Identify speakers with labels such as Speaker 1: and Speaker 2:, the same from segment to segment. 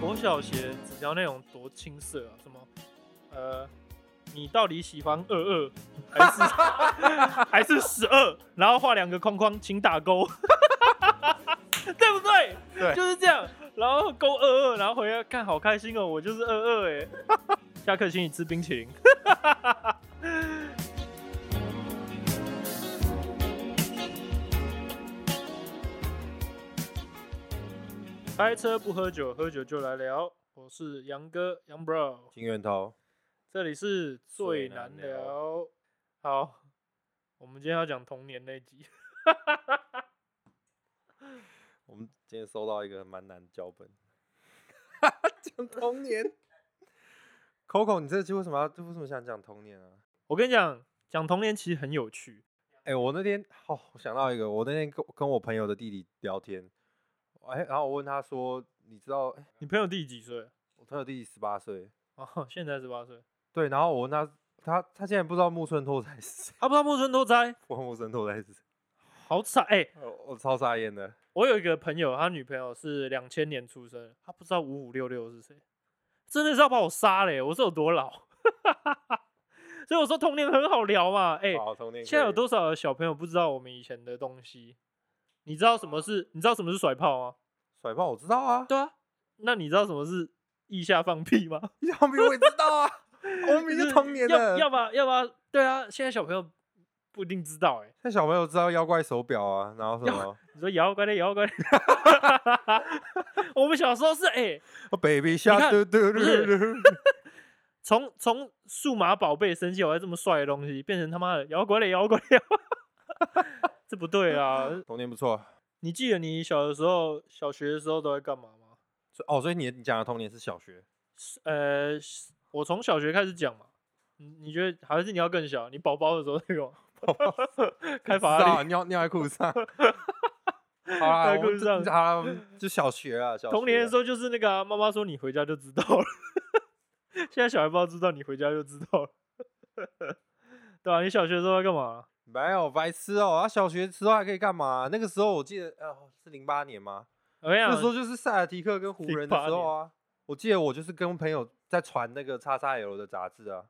Speaker 1: 国小写纸条内容多青涩啊，什么呃，你到底喜欢二二还是 还是十二？然后画两个框框，请打勾， 对不对？
Speaker 2: 对
Speaker 1: 就是这样。然后勾二二，然后回来看，好开心哦，我就是二二哎。下课请你吃冰淇淋。 开车不喝酒，喝酒就来聊。我是杨哥杨 bro，
Speaker 2: 金源头，
Speaker 1: 这里是最
Speaker 2: 最
Speaker 1: 难
Speaker 2: 难
Speaker 1: 聊。好，我们今天要讲童年那集，
Speaker 2: 我们今天收到一个蛮难的脚本， 讲童年。Coco，你这期为什么要为什么想讲童年啊？
Speaker 1: 我跟你讲，讲童年其实很有趣。
Speaker 2: 哎、我那天哦，我想到一个，我那天跟跟我朋友的弟弟聊天，哎、然后我问他说，你知道、哎
Speaker 1: 你朋友弟弟几岁？
Speaker 2: 我朋友弟弟十八岁，
Speaker 1: 哦，现在十八岁，
Speaker 2: 对，然后我问他，他他竟然不知道木村拓哉是谁，
Speaker 1: 他不知道木村拓哉，
Speaker 2: 我问木村拓哉是谁，
Speaker 1: 好惨哎、
Speaker 2: 我我超傻眼的，
Speaker 1: 我有一个朋友，他女朋友是两千年出生的，他不知道五五六六是谁，真的是要把我杀嘞、我是有多老？ 所以我说童年很好聊嘛，哎、
Speaker 2: 好童年可以。
Speaker 1: 现在有多少的小朋友不知道我们以前的东西？你知道什么是？你知道什么是甩炮吗？
Speaker 2: 甩炮？我知道啊，
Speaker 1: 对啊，那你知道什么是腋下放屁吗？
Speaker 2: 杨明我也知道啊，我 们已
Speaker 1: 就
Speaker 2: 经
Speaker 1: 是
Speaker 2: 童年
Speaker 1: 要
Speaker 2: 了。
Speaker 1: 要么要么对啊，现在小朋友不一定知道哎、欸。
Speaker 2: 那小朋友知道妖怪手表啊，然后什
Speaker 1: 妖
Speaker 2: 么
Speaker 1: 你说摇乖的摇乖的，我们小时候是哎。欸
Speaker 2: 哦 baby shark
Speaker 1: 看
Speaker 2: 嘟嘟嘟
Speaker 1: 不是
Speaker 2: 嘟，
Speaker 1: 从从数码宝贝升级，我还这么帅的东西，变成他妈的摇滚嘞，摇滚嘞， 这不对啊！
Speaker 2: 童年不错。
Speaker 1: 你记得你小的时候，小学的时候都在干嘛吗？
Speaker 2: 所以哦，所以你你讲的童年是小学，
Speaker 1: 呃，我从小学开始讲嘛。你你觉得还是你要更小？你宝宝的时候那种 开法
Speaker 2: 知道
Speaker 1: 拉
Speaker 2: 啊
Speaker 1: 利，
Speaker 2: 尿尿在裤子 上。好啦，
Speaker 1: 在
Speaker 2: 我
Speaker 1: 裤
Speaker 2: 们
Speaker 1: 子上
Speaker 2: 就好啦我们就小学啊，小
Speaker 1: 童年的
Speaker 2: 学
Speaker 1: 时候就是那个啊妈、妈说你回家就知道了， 现在小孩不知道知道你回家就知道了，对啊，你小学的时候在干嘛？
Speaker 2: 没有白痴哦，啊，小学时候还可以干嘛？那个时候我记得，呃，是零八年吗？
Speaker 1: 我跟你
Speaker 2: 那
Speaker 1: 讲
Speaker 2: 时候就是塞尔提克跟湖人的时候啊，我记得我就是跟朋友在传那个叉叉 L 的杂志啊。
Speaker 1: 哦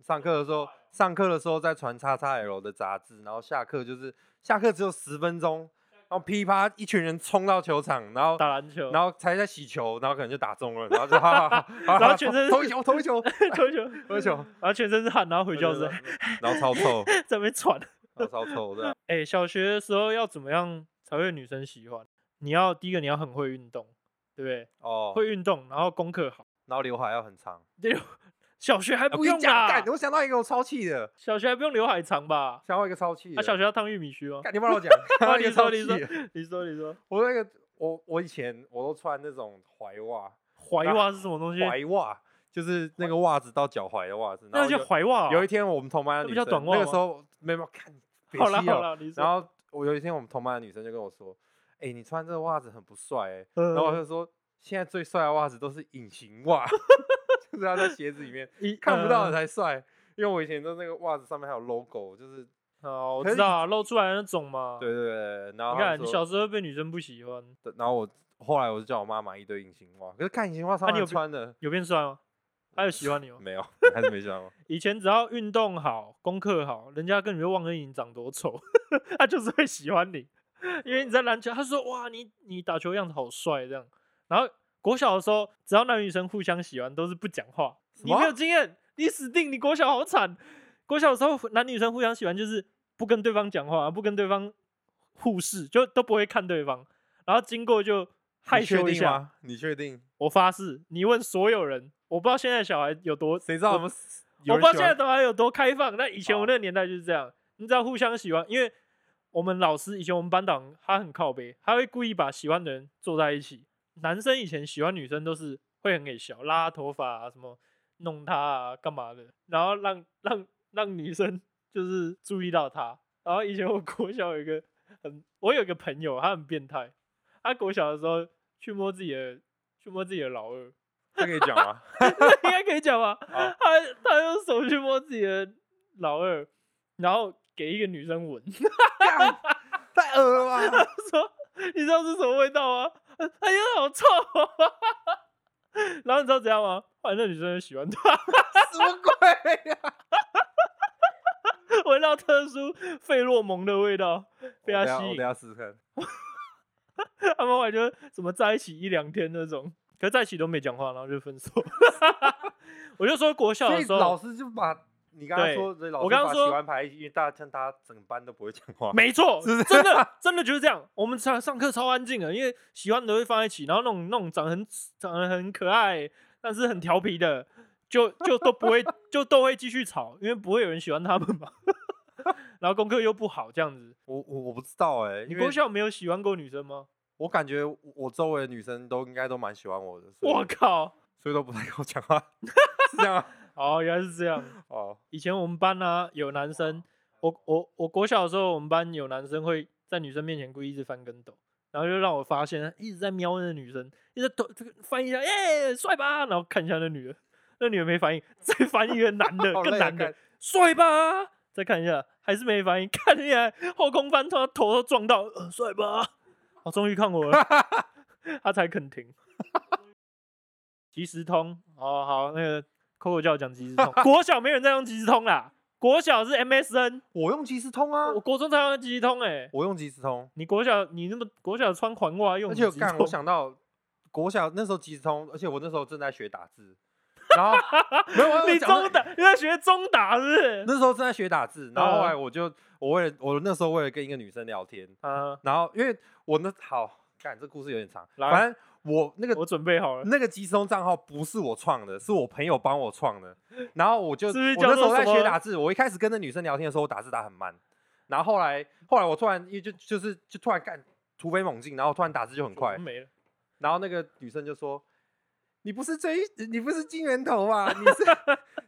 Speaker 2: 上课的时候，上课的时候在传叉叉 L 的杂志，然后下课就是下课只有十分钟，然后噼啪一群人冲到球场，然后
Speaker 1: 打篮球，
Speaker 2: 然后才在洗球，然后可能就打中了，然后就哈哈哈 哈，
Speaker 1: 然后全身
Speaker 2: 投一球，投一球，
Speaker 1: 投球，
Speaker 2: 投一球，
Speaker 1: 然后全身是汗，然后回教室
Speaker 2: 然后超臭，
Speaker 1: 在那边喘。
Speaker 2: 然后超臭 啊的。
Speaker 1: 哎、小学的时候要怎么样才会女生喜欢？你要第一个你要很会运动，对不对？
Speaker 2: 哦，
Speaker 1: 会运动，然后功课好。
Speaker 2: 然后刘海要很长。
Speaker 1: 对， 小学还
Speaker 2: 啊
Speaker 1: 不
Speaker 2: 跟你
Speaker 1: 用
Speaker 2: 讲
Speaker 1: 啦
Speaker 2: 干，，我想到一个我超气的，
Speaker 1: 小学还不用刘海长吧？
Speaker 2: 想到一个超气
Speaker 1: 啊，
Speaker 2: 的。
Speaker 1: 小学要烫玉米须 吗？，
Speaker 2: 干 你不让我讲然后
Speaker 1: 哦你
Speaker 2: 也
Speaker 1: 说
Speaker 2: 超
Speaker 1: 你
Speaker 2: 气
Speaker 1: 说
Speaker 2: 的
Speaker 1: 你说，你说，
Speaker 2: 我那个我我以前我都穿那种踝袜，
Speaker 1: 怀袜是什么东西？
Speaker 2: 踝袜就是那个袜子到脚踝的袜子。然
Speaker 1: 嗯那
Speaker 2: 后
Speaker 1: 叫
Speaker 2: 有
Speaker 1: 怀袜、啊。
Speaker 2: 有一天我们同班的
Speaker 1: 那不
Speaker 2: 女
Speaker 1: 叫
Speaker 2: 生，
Speaker 1: 短袜
Speaker 2: 那个
Speaker 1: 吗
Speaker 2: 时候没有没有看，别
Speaker 1: 好啦
Speaker 2: 气哦
Speaker 1: 好啦，你说。
Speaker 2: 然后我有一天我们同班的女生就跟我说：“哎、你穿这个袜子很不帅哎、
Speaker 1: 嗯，
Speaker 2: 然后我就说：“现在最帅的袜子都是隐形 袜，就是要在鞋子里面
Speaker 1: 一
Speaker 2: 看不到的
Speaker 1: 呃
Speaker 2: 才帅。因为我以前的那个袜子上面还有 logo，就是
Speaker 1: 哦，我
Speaker 2: 可
Speaker 1: 知
Speaker 2: 是
Speaker 1: 道啊，露出来的那种嘛。
Speaker 2: 对，对对。然后
Speaker 1: 你
Speaker 2: 她
Speaker 1: 看，你
Speaker 2: 说
Speaker 1: 小时候被女生不喜欢，
Speaker 2: 对然后我后来我就叫我妈买一堆隐形袜，可是看隐形袜超
Speaker 1: 啊你有
Speaker 2: 难
Speaker 1: 被哦
Speaker 2: 穿的，
Speaker 1: 有变帅吗？还有喜欢你吗？
Speaker 2: 没有，还是没穿过。
Speaker 1: 以前只要运动好、功课好，人家根本就忘了你长多丑， 他就是会喜欢你，因为你在篮球，他说哇，你你打球样子好帅这样。然后国小的时候，只要男女生互相喜欢，都是不讲话，你没有
Speaker 2: 么
Speaker 1: 经验，你死定，你国小好惨。国小的时候，男女生互相喜欢就是不跟对方讲话，不跟对方互视，就都不会看对方，然后经过就 害
Speaker 2: 你确
Speaker 1: 羞一
Speaker 2: 定
Speaker 1: 下。
Speaker 2: 吗？你确 定？
Speaker 1: 我发誓，你问所有人，我不知道现在小孩有多
Speaker 2: 谁知道
Speaker 1: 有
Speaker 2: 我们
Speaker 1: 我
Speaker 2: 有
Speaker 1: 不知道
Speaker 2: 人
Speaker 1: 现在
Speaker 2: 喜欢？
Speaker 1: 都还有多开放，但以前我
Speaker 2: 好
Speaker 1: 那个年代就是这样，你只要互相喜欢，因为我们老师以前我们班长他很靠背，他会故意把喜欢的人坐在一起。男生以前喜欢女生都是会很给小，拉头发啊，什么弄她啊，干嘛的，然后让让让女生就是注意到他。然后以前我国小有一个很，我有一个朋友，他很变态，他国小的时候去摸自己的去摸自己的老二，
Speaker 2: 这可以 讲吗？
Speaker 1: 应该可以讲吧？
Speaker 2: 好
Speaker 1: 他他用手去摸自己的老二，然后给一个女生 闻，他
Speaker 2: 干太恶了吧！
Speaker 1: 说：“你知道是什么味道吗？”哎呀，好臭、 然后你知道怎样吗？后来那女生就喜欢他，
Speaker 2: 什么鬼啊呀、
Speaker 1: 闻到特殊费洛蒙的味道， 被
Speaker 2: 哦
Speaker 1: 他
Speaker 2: 我等下
Speaker 1: 吸
Speaker 2: 我
Speaker 1: 引
Speaker 2: 等。下试试看。
Speaker 1: 他们后来就怎么在一起一两天那种，可是在一起都没讲话，然后就 分手。我就说国小
Speaker 2: 所
Speaker 1: 的
Speaker 2: 以
Speaker 1: 时候
Speaker 2: 老，师就把你刚刚
Speaker 1: 对
Speaker 2: 说，所以老
Speaker 1: 我
Speaker 2: 师
Speaker 1: 刚刚
Speaker 2: 把
Speaker 1: 说
Speaker 2: 喜欢排，因为大家像大家整班都不会讲话，
Speaker 1: 没错，
Speaker 2: 是不是
Speaker 1: 真的真的就是这样。我们上上课超安静的，因为喜欢的会放在一起，然后那种那种长得很长得很可爱，但是很调皮的，就就都不会 就都会继续吵，因为不会有人喜欢他们嘛。 然后功课又不好，这样子。
Speaker 2: 我我我不知道哎、
Speaker 1: 你
Speaker 2: 因为
Speaker 1: 国小没有喜欢过女生吗？
Speaker 2: 我感觉我我周围的女生都应该都蛮喜欢我的，所以
Speaker 1: 我靠！
Speaker 2: 所以都不太跟我讲 话，是这样吗？
Speaker 1: 哦，原来是这样。
Speaker 2: 哦，
Speaker 1: 以前我们班呢、有男生，我我我国小的时候，我们班有男生会在女生面前故意一直翻跟斗，然后就让我发现他一直在瞄那女生，一直抖这个翻一下，耶、帅吧，然后看一下那女的，那女的没反应， 再翻一个男的
Speaker 2: 好累
Speaker 1: 更
Speaker 2: 啊
Speaker 1: 男的
Speaker 2: 看，
Speaker 1: 帅吧，再看一下还是没反应， 看起来后空翻，他头都撞到，呃帅、吧，我、终于看我 了，他才肯停。即时通，哦好，那个 Coco 叫我讲即时 通，国小没人在用即时通啦，国小是 MSN，
Speaker 2: 我用即时通啊，
Speaker 1: 我国中才用即时通哎、
Speaker 2: 我用即时通，
Speaker 1: 你国小你那么国小穿黄袜用
Speaker 2: 而
Speaker 1: 即
Speaker 2: 且
Speaker 1: 时
Speaker 2: 我干，我
Speaker 1: 通，
Speaker 2: 想到国小那时候即时通，而且我那时候正在学打字，然后没有，我有
Speaker 1: 你
Speaker 2: 讲到
Speaker 1: 中打你在学中打是不是？
Speaker 2: 那时候正在学打字，然后后
Speaker 1: 呃
Speaker 2: 来我就我为了我那时候为了跟一个女生聊天，
Speaker 1: 啊，
Speaker 2: 然后因为我那好，干这故事有点长，
Speaker 1: 来
Speaker 2: 反正我那个
Speaker 1: 我准备好了，
Speaker 2: 那个即时通账号不是我创的，是我朋友帮我创的。然后我就是
Speaker 1: 不是
Speaker 2: 我
Speaker 1: 叫
Speaker 2: 那时
Speaker 1: 做
Speaker 2: 候在
Speaker 1: 什么
Speaker 2: 学打字，我一开始跟那女生聊天的时候，我打字打很慢。然后后来后来我突然因为就就是就突然干突飞猛进，然后突然打字就很快
Speaker 1: 我。没了，
Speaker 2: 然后那个女生就说：“你不是追你不是金源头啊，你 是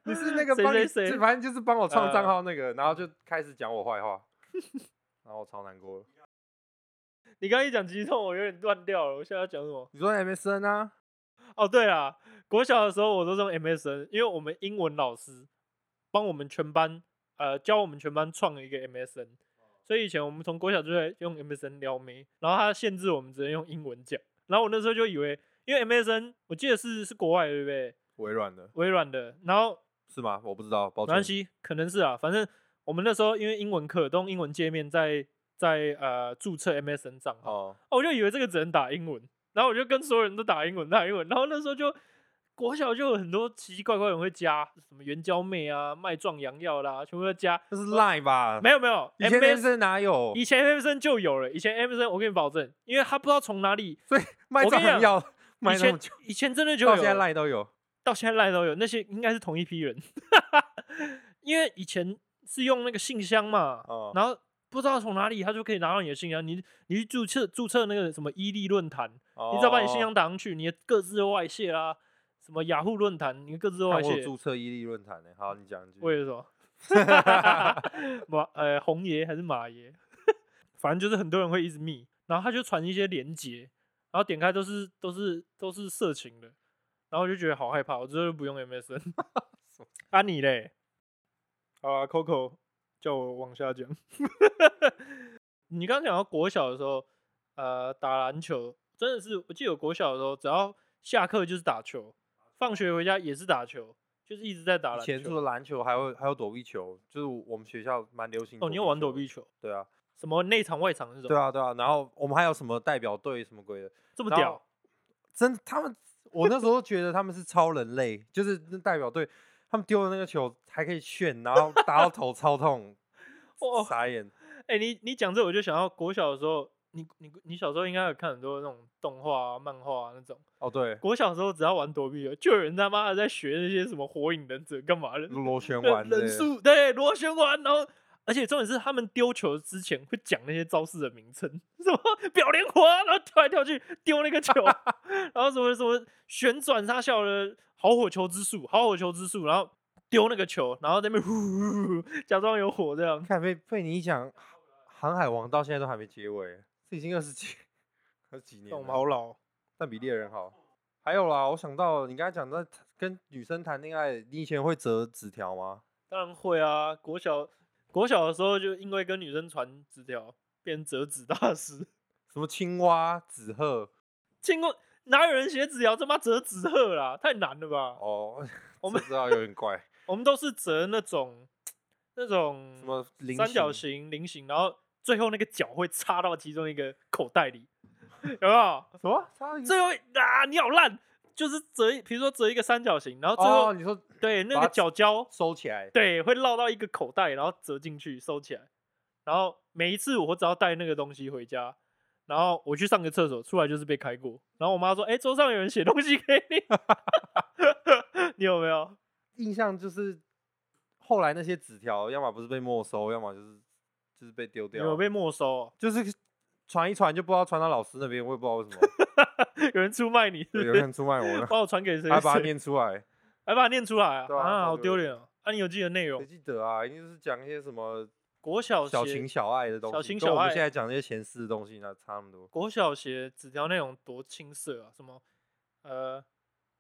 Speaker 2: 你是那个
Speaker 1: 谁
Speaker 2: 帮你
Speaker 1: 谁谁
Speaker 2: 就反正就是帮我创账
Speaker 1: 呃
Speaker 2: 号那个。然后就开始讲我坏话，然后我超难过了。
Speaker 1: 你刚刚一讲即时通，我有点断掉了，我现在要讲什么？
Speaker 2: 你说 MSN 啊？
Speaker 1: 哦，对啦，国小的时候我都是用 MSN，因为我们英文老师帮我们全班呃教我们全班创了一个 MSN，所
Speaker 2: 哦
Speaker 1: 以以前我们从国小就在用 MSN 撩妹，然后他限制我们只能用英文讲，然后我那时候就以为，因为 MSN 我记得是是国外的对不对？
Speaker 2: 微软的
Speaker 1: 微软的，然后
Speaker 2: 是吗？我不知道，抱
Speaker 1: 没关
Speaker 2: 歉。
Speaker 1: 系，可能是啊，反正我们那时候因为英文课都用英文界面在在呃注册 MSN 账号。
Speaker 2: 哦，
Speaker 1: 哦我就以为这个只能打英文，然后我就跟所有人都打英文，打英文。然后那时候就国小就有很多奇奇怪怪的人会加什么援交妹啊、卖壮阳药啦，全部都加。
Speaker 2: 那是 Line 吧？
Speaker 1: 没有没有
Speaker 2: 啊以前
Speaker 1: m s
Speaker 2: MSN 哪有？
Speaker 1: 以前 MSN 就有了，以前 MSN 我跟你保证，因为他不知道从哪里，
Speaker 2: 所以卖
Speaker 1: 我跟
Speaker 2: 壮
Speaker 1: 你
Speaker 2: 阳药卖
Speaker 1: 以
Speaker 2: 那
Speaker 1: 前
Speaker 2: 么久，
Speaker 1: 以前真的 就有
Speaker 2: 到现在
Speaker 1: 了，
Speaker 2: Line 都有。
Speaker 1: 到现在赖都有，那些应该是同一批人， 因为以前是用那个信箱嘛，
Speaker 2: 哦
Speaker 1: 然后不知道从哪里他就可以拿到你的信箱，你你去注册注册那个什么伊利论坛。你只要把你信
Speaker 2: 哦
Speaker 1: 箱打上去，你的各自的外泄啦，什么雅虎论坛，你的各自的
Speaker 2: 看
Speaker 1: 外
Speaker 2: 我有
Speaker 1: 泄，
Speaker 2: 注册伊利论坛呢。好，你讲一句。
Speaker 1: 为了什么？ 马呃红爷还是马爷， 反正就是很多人会一直密，然后他就传一些连接，然后点开都是都是都是色情的，然后我就觉得好害怕，我之后就不用 MSN。啊你嘞？好啊，Coco 叫我往下讲。 你刚讲到国小的时候，呃，打篮球真的是，我记得我国小的时候，只要下课就是打球，放学回家也是打球，就是一直在打
Speaker 2: 以
Speaker 1: 篮
Speaker 2: 前除
Speaker 1: 球。
Speaker 2: 了篮球，还有还有躲避球，就是我们学校蛮流行。
Speaker 1: 哦，你有玩躲避
Speaker 2: 球？
Speaker 1: 球？
Speaker 2: 对啊，
Speaker 1: 什么内场外场那种，
Speaker 2: 对啊，对啊。然后我们还有什么代表队什么鬼的？
Speaker 1: 这么
Speaker 2: 然
Speaker 1: 屌
Speaker 2: 后，真他们，我那时候觉得他们是超人类，就是那代表队，他们丢的那个球还可以炫，然后打到头 超痛
Speaker 1: 哦，
Speaker 2: 傻眼。
Speaker 1: 哎、你你讲这我就想到国小的时候，你你你小时候应该有看很多那种动画啊、漫画啊那种。
Speaker 2: 哦，对，
Speaker 1: 国小的时候只要玩躲避球，就有人他妈的在学那些什么火影忍者干嘛的，
Speaker 2: 螺旋
Speaker 1: 对
Speaker 2: 丸之
Speaker 1: 忍
Speaker 2: 类的
Speaker 1: 术对螺旋丸，然后而且重点是他们丢球之前会讲那些招式的名称，什么表莲花，然后跳来跳去丢那个 球，然后什么什么旋转杀笑的好火球之术，好火球之术，然后丢那个球，然后在那边呼呼呼假装有火这样。
Speaker 2: 看被被你一讲，《航海王》到现在都还没结尾，这已经二十几二十几年
Speaker 1: 看我们
Speaker 2: 了，
Speaker 1: 好老哦，
Speaker 2: 但比猎人好。还有啦，我想到了你刚才讲在跟女生谈恋爱，你以前会折纸条吗？
Speaker 1: 当然会啊，国小国小的时候就因为跟女生传纸条，变折纸大师。
Speaker 2: 什么青蛙、纸鹤？
Speaker 1: 青蛙，哪有人写纸条他妈折纸鹤啦？太难了吧？
Speaker 2: 哦，
Speaker 1: 我们
Speaker 2: 这知道有点 怪，
Speaker 1: 我们都是折那种那种
Speaker 2: 什么菱
Speaker 1: 嗯三角
Speaker 2: 形
Speaker 1: 形、菱形，然后最后那个角会插到其中一个口袋里， 有没有？
Speaker 2: 什么？它
Speaker 1: 最后啊，你好烂，就是折一，比如说折一个三角形，然后最后、
Speaker 2: 哦，你说
Speaker 1: 对那
Speaker 2: 把
Speaker 1: 个
Speaker 2: 它
Speaker 1: 角胶，
Speaker 2: 收起来，
Speaker 1: 对，会绕到一个口袋，然后折进去收起来。然后每一次我只要带那个东西回家，然后我去上个厕所，出来就是被开过。然后我妈说：“哎、桌上有人写东西给你。” 你有没有？
Speaker 2: 印象就是后来那些纸条，要么不是被没收，要么就是就是被丢
Speaker 1: 你
Speaker 2: 掉，
Speaker 1: 有被没收哦、
Speaker 2: 就是传一传就不知道传到老师那边，我也不知道为什么，
Speaker 1: 有人出卖你是不
Speaker 2: 对
Speaker 1: 是
Speaker 2: 有人出卖我 了，
Speaker 1: 把我传给谁？
Speaker 2: 还把它
Speaker 1: 谁
Speaker 2: 念出来，
Speaker 1: 还把它念出来啊！
Speaker 2: 对啊
Speaker 1: 啊，
Speaker 2: 超
Speaker 1: 好
Speaker 2: 丢
Speaker 1: 丢
Speaker 2: 脸
Speaker 1: 脸哦！啊，你有记得内容
Speaker 2: 谁？记得啊？一定就是讲一些什么
Speaker 1: 国小
Speaker 2: 小
Speaker 1: 写
Speaker 2: 情小爱的东西，
Speaker 1: 小情
Speaker 2: 跟
Speaker 1: 小
Speaker 2: 我们
Speaker 1: 爱
Speaker 2: 现在讲那些闲事的东西那差那么多。
Speaker 1: 国小写纸条内容多青涩啊，什么呃，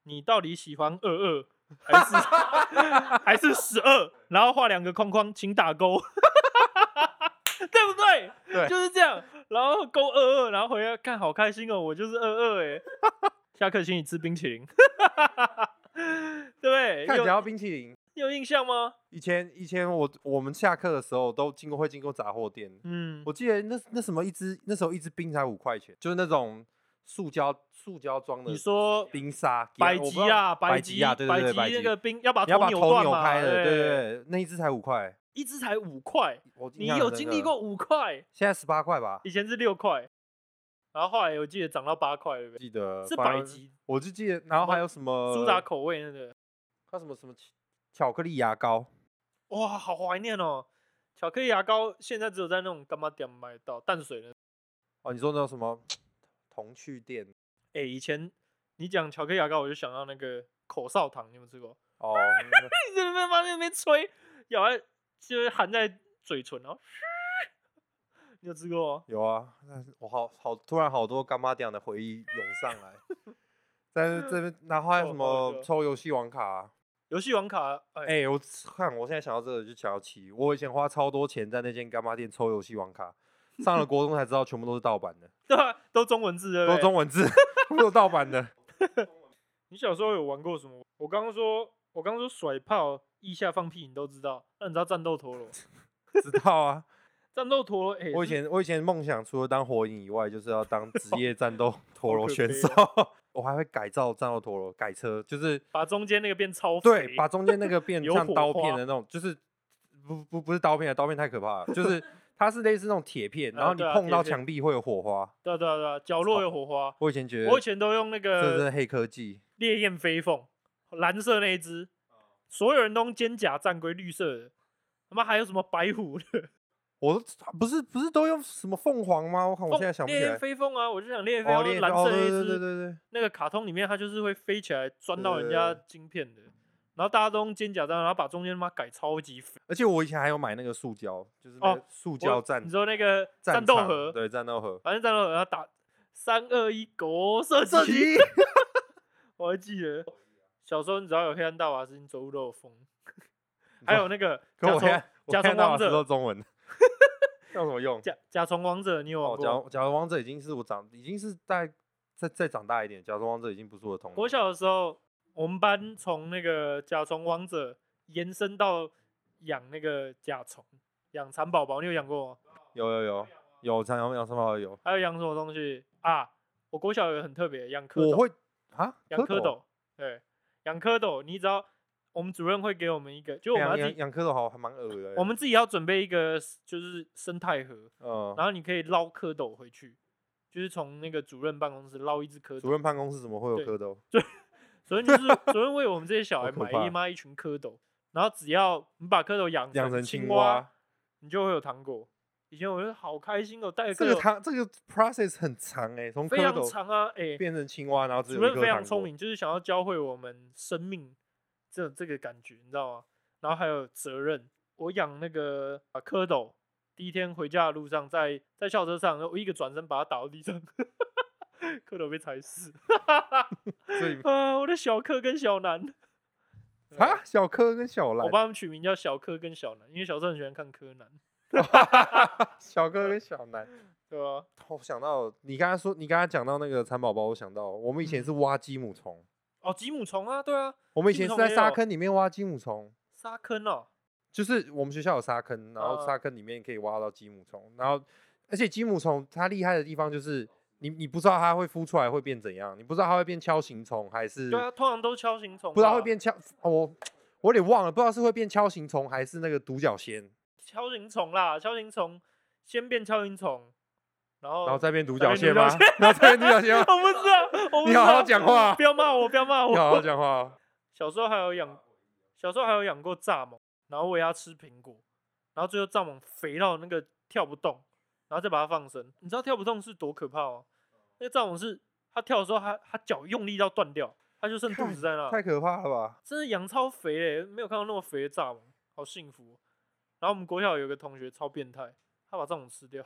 Speaker 1: 你到底喜欢二二还 是还是十二？然后画两个框框，请打勾， 对不对？
Speaker 2: 对
Speaker 1: 就是这样。然后勾二二，然后回来看，好开心哦，我就是二二哎。下课请你吃冰淇淋， 对不对？
Speaker 2: 看讲
Speaker 1: 有
Speaker 2: 到冰淇淋，
Speaker 1: 有印象吗？
Speaker 2: 以前以前我我们下课的时候都经过会经过杂货店，
Speaker 1: 嗯，
Speaker 2: 我记得那那什么一只那时候一只冰才五块钱，就是那种塑胶塑胶装的
Speaker 1: 你说
Speaker 2: 冰沙，
Speaker 1: 白
Speaker 2: 我不
Speaker 1: 吉
Speaker 2: 知道
Speaker 1: 啊，
Speaker 2: 白
Speaker 1: 吉，
Speaker 2: 吉啊，对对对，白
Speaker 1: 吉那
Speaker 2: 吉
Speaker 1: 个冰要把
Speaker 2: 你要把
Speaker 1: 扭
Speaker 2: 头
Speaker 1: 断
Speaker 2: 扭
Speaker 1: 嘛
Speaker 2: 开的，对
Speaker 1: 对
Speaker 2: 对对，那一只才五块，
Speaker 1: 一只才五块，
Speaker 2: 我印
Speaker 1: 你
Speaker 2: 象
Speaker 1: 有
Speaker 2: 很深
Speaker 1: 经历
Speaker 2: 刻
Speaker 1: 过？五块？
Speaker 2: 现在十八块吧，
Speaker 1: 以前是六块，然后后来我记得涨到八块了呗，
Speaker 2: 记得
Speaker 1: 是
Speaker 2: 反呃
Speaker 1: 百
Speaker 2: 正
Speaker 1: 吉
Speaker 2: 我就记得，然后
Speaker 1: 么
Speaker 2: 还有什么
Speaker 1: 苏打口味那个，
Speaker 2: 还有什么什么巧巧克力牙膏，
Speaker 1: 哇，好怀念哦！巧克力牙膏现在只有在那种干嘛店买得到，淡水的。
Speaker 2: 哦，你说那种什么童趣店
Speaker 1: 哎、以前你讲巧克力牙膏，我就想到那个口哨糖，你有没有吃过？
Speaker 2: 哦，
Speaker 1: 一直在那边放在那边吹，咬在就是含在嘴唇，然后你有吃过吗？
Speaker 2: 有啊，但是我好好突然好多干妈店的回忆涌上来，在这边，然后还
Speaker 1: 哦
Speaker 2: 有什
Speaker 1: 好
Speaker 2: 么
Speaker 1: 的
Speaker 2: 抽游戏王卡啊、
Speaker 1: 游戏王卡，哎、
Speaker 2: 哎、我看我现在想到这个就想到气，我以前花超多钱在那间干妈店抽游戏王卡，上了国中才知道全部都是盗版的，
Speaker 1: 对吧？都中文字，对不对？
Speaker 2: 都是中文字， 都是盗版的。
Speaker 1: 你小时候有玩过什么？我刚刚说，我刚刚说甩炮、腋下放屁，你都知道。那你知道战斗陀螺？
Speaker 2: 知道啊，
Speaker 1: 战斗陀螺，哎、
Speaker 2: 我以
Speaker 1: 是
Speaker 2: 前我以前梦想除了当火影以外，就是要当职业战 斗陀螺
Speaker 1: 可
Speaker 2: 选
Speaker 1: 悲哦
Speaker 2: 手， 我还会改造战斗陀螺，改车， 就是
Speaker 1: 把中间那个变超
Speaker 2: 对，
Speaker 1: 肥
Speaker 2: 把中间那个变
Speaker 1: 有
Speaker 2: 像
Speaker 1: 火
Speaker 2: 刀
Speaker 1: 花
Speaker 2: 片的那种，就是不不不是刀片啊，刀片太可怕了，就是 它是类似那种铁片，然
Speaker 1: 啊
Speaker 2: 后你
Speaker 1: 对啊
Speaker 2: 碰
Speaker 1: 铁
Speaker 2: 到
Speaker 1: 片
Speaker 2: 墙壁会有火花。
Speaker 1: 对啊对啊对啊，角落有火花。
Speaker 2: 我以前觉得，
Speaker 1: 我以前都用那
Speaker 2: 这
Speaker 1: 个
Speaker 2: 是黑科技，
Speaker 1: 烈焰飞凤，蓝色那一只，
Speaker 2: 哦
Speaker 1: 所有人都用肩甲战龟，绿色的。他妈还有什么白虎的？
Speaker 2: 我不是不是都用什么凤凰吗？我看我
Speaker 1: 凤
Speaker 2: 现在想不起
Speaker 1: 烈
Speaker 2: 来
Speaker 1: 焰。飞凤啊，我就想烈焰飞
Speaker 2: 哦，
Speaker 1: 凤，
Speaker 2: 练
Speaker 1: 蓝
Speaker 2: 哦，
Speaker 1: 色那
Speaker 2: 对
Speaker 1: 一
Speaker 2: 对对
Speaker 1: 只，
Speaker 2: 对对，
Speaker 1: 那个卡通里面它就是会飞起来钻到人
Speaker 2: 对
Speaker 1: 家晶片的，然后大家都用肩甲战，然后把中间他妈改超级肥。
Speaker 2: 而且我以前还有买那个塑胶，就是那
Speaker 1: 哦
Speaker 2: 个塑
Speaker 1: 我
Speaker 2: 胶战
Speaker 1: 你说那个战斗
Speaker 2: 场
Speaker 1: 盒，
Speaker 2: 对战斗盒
Speaker 1: 反正战斗盒要打三二一，国射
Speaker 2: 射
Speaker 1: 击。
Speaker 2: 击。
Speaker 1: 我还记得小时候，你只要有黑暗大法师，你走路都有风。 还有那 个
Speaker 2: 可
Speaker 1: 甲
Speaker 2: 我
Speaker 1: 虫
Speaker 2: 看
Speaker 1: 甲虫
Speaker 2: 我看到
Speaker 1: 王
Speaker 2: 的是都
Speaker 1: 者，
Speaker 2: 中文，有什么用？
Speaker 1: 甲甲虫王者，你有玩
Speaker 2: 哦，
Speaker 1: 过？
Speaker 2: 假假如王者已经是我长，已经是在再再长大一点，假如王者已经不是我的童
Speaker 1: 国
Speaker 2: 年。
Speaker 1: 小的时候，我们班从那个甲虫王者延伸到养那个甲虫，养蚕宝宝，你有养过吗？
Speaker 2: 有有有有，长阳阳什么有？
Speaker 1: 还有养什么东西啊？我国小有个很特别，养蝌
Speaker 2: 我
Speaker 1: 蚪，
Speaker 2: 会啊，
Speaker 1: 养蝌
Speaker 2: 蚪，
Speaker 1: 蚪，对，养蝌蚪，你只要我们主任会给我们一个，就我们要
Speaker 2: 养
Speaker 1: 自己
Speaker 2: 哎养养蝌蚪好还蛮恶的欸。
Speaker 1: 我们自己要准备一个 s- 就是生态盒，
Speaker 2: 嗯，
Speaker 1: 然后你可以捞蝌蚪回去，就是从那个主任办公室捞一只蝌
Speaker 2: 主
Speaker 1: 蚪。
Speaker 2: 任办公室怎么会有
Speaker 1: 对
Speaker 2: 蝌蚪？
Speaker 1: 主任就是主任为我们这些小
Speaker 2: 好
Speaker 1: 孩
Speaker 2: 可
Speaker 1: 买
Speaker 2: 怕
Speaker 1: 一妈一群蝌蚪，然后只要你把蝌蚪养
Speaker 2: 养成
Speaker 1: 成
Speaker 2: 青
Speaker 1: 蛙
Speaker 2: 蛙，，
Speaker 1: 你就会有糖果。以前我就好开心哦，带着蝌
Speaker 2: 这个
Speaker 1: 蚪
Speaker 2: 它这个 process 很长哎，从
Speaker 1: 非
Speaker 2: 蝌
Speaker 1: 常
Speaker 2: 蚪
Speaker 1: 长啊，哎，
Speaker 2: 变成青蛙，然后只
Speaker 1: 主
Speaker 2: 有一
Speaker 1: 任
Speaker 2: 颗
Speaker 1: 非常
Speaker 2: 糖
Speaker 1: 聪
Speaker 2: 果
Speaker 1: 明，就是想要教会我们生命这这个感觉，你知道吗？然后还有责任。我养那个啊蝌蚪，第一天回家的路上，在在校车上，我一个转身把它打到地上， 蝌蚪被踩死。
Speaker 2: 所以
Speaker 1: 啊，我的小柯跟小 南，
Speaker 2: 啊，小蝌跟小
Speaker 1: 我
Speaker 2: 蓝，
Speaker 1: 帮他们取名叫小柯跟小南，因为小时候很喜欢看柯南。
Speaker 2: 小蝌跟小蓝，
Speaker 1: 对啊吧？
Speaker 2: 我哦想到你刚才说，你刚才讲到那个蚕宝宝，我想到我们以前是挖鸡母虫，
Speaker 1: 哦，吉姆虫啊，对啊，
Speaker 2: 我们以前
Speaker 1: 嗯鸡
Speaker 2: 是
Speaker 1: 母虫
Speaker 2: 在
Speaker 1: 也
Speaker 2: 沙
Speaker 1: 有
Speaker 2: 坑里面挖鸡母虫，
Speaker 1: 沙坑哦，
Speaker 2: 就是我们学校有沙坑，然后
Speaker 1: 啊
Speaker 2: 沙坑里面可以挖到鸡母虫，然后而且鸡母虫它厉害的地方就是你你不知道它会孵出来会变怎样，你不知道它会变锹形虫还是
Speaker 1: 对啊，通常都是锹形虫吧，啊
Speaker 2: 不知道会变锹，哦我我有点忘了，不知道是会变锹形虫还是那个独角仙，
Speaker 1: 锹形虫啦，锹形虫先变锹形虫，然后
Speaker 2: 然后再变独
Speaker 1: 再
Speaker 2: 角
Speaker 1: 变
Speaker 2: 仙
Speaker 1: 独角
Speaker 2: 吗？ 然后再变独 角仙吗？
Speaker 1: 我不知道，我不
Speaker 2: 你
Speaker 1: 知
Speaker 2: 好好
Speaker 1: 道，
Speaker 2: 讲话
Speaker 1: 不要骂我，不要骂
Speaker 2: 你好好
Speaker 1: 我。
Speaker 2: 讲话哦。
Speaker 1: 小时候还有养，小时候还有养过蚱蜢，然后喂它吃苹果，然后最后蚱蜢肥到那个跳不动，然后再把它放生。你知道跳不动是多可怕吗？那个蚱蜢是它跳的时候它，它脚用力到断掉，它就剩肚子在那。
Speaker 2: 太可怕了吧！
Speaker 1: 真的养超肥嘞、没有看到那么肥的蚱蜢，好幸福哦、然后我们国小有一个同学超变态，他把蚱蜢吃掉，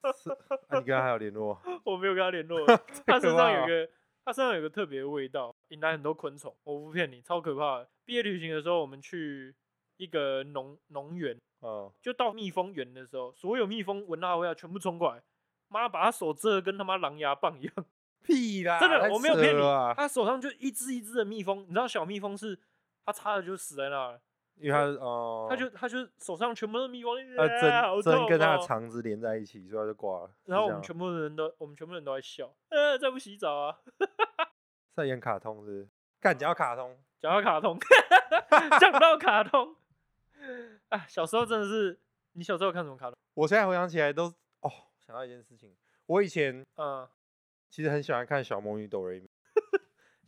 Speaker 2: 啊、你跟他还有联络？
Speaker 1: 我没有跟他联 络。
Speaker 2: 太
Speaker 1: 他身
Speaker 2: 可怕
Speaker 1: 上有
Speaker 2: 了
Speaker 1: 一个，他身上有一个特别的味道，引来很多昆虫。我不骗你，超可怕的。毕业旅行的时候，我们去一个农农园，
Speaker 2: 嗯，
Speaker 1: 就到蜜蜂园的时候，所有蜜蜂闻到它味道全部冲过来，妈把他手遮的跟他妈狼牙棒一样。
Speaker 2: 屁啦！
Speaker 1: 真的
Speaker 2: 啊太
Speaker 1: 我没有骗
Speaker 2: 扯
Speaker 1: 你
Speaker 2: 了啊
Speaker 1: 他手上就一只一只的蜜蜂，你知道小蜜蜂是它插了就死在那了，
Speaker 2: 因为他哦，
Speaker 1: 他就他就手上全部都是蜜蜂，
Speaker 2: 他
Speaker 1: 啊好
Speaker 2: 针针
Speaker 1: 痛
Speaker 2: 跟他
Speaker 1: 哦
Speaker 2: 的肠子连在一起，所以他就挂了。
Speaker 1: 然后我们
Speaker 2: 全
Speaker 1: 全部人都我们全部人都在笑，呃，再不洗澡啊！
Speaker 2: 在演卡通是不是？干讲到卡通，
Speaker 1: 讲到卡通， 讲到卡通， 啊，小时候真的是，你小时候看什么卡通？
Speaker 2: 我现在回想起来都哦，想到一件事情，我以前
Speaker 1: 嗯，
Speaker 2: 其实很喜欢看《小魔女哆瑞咪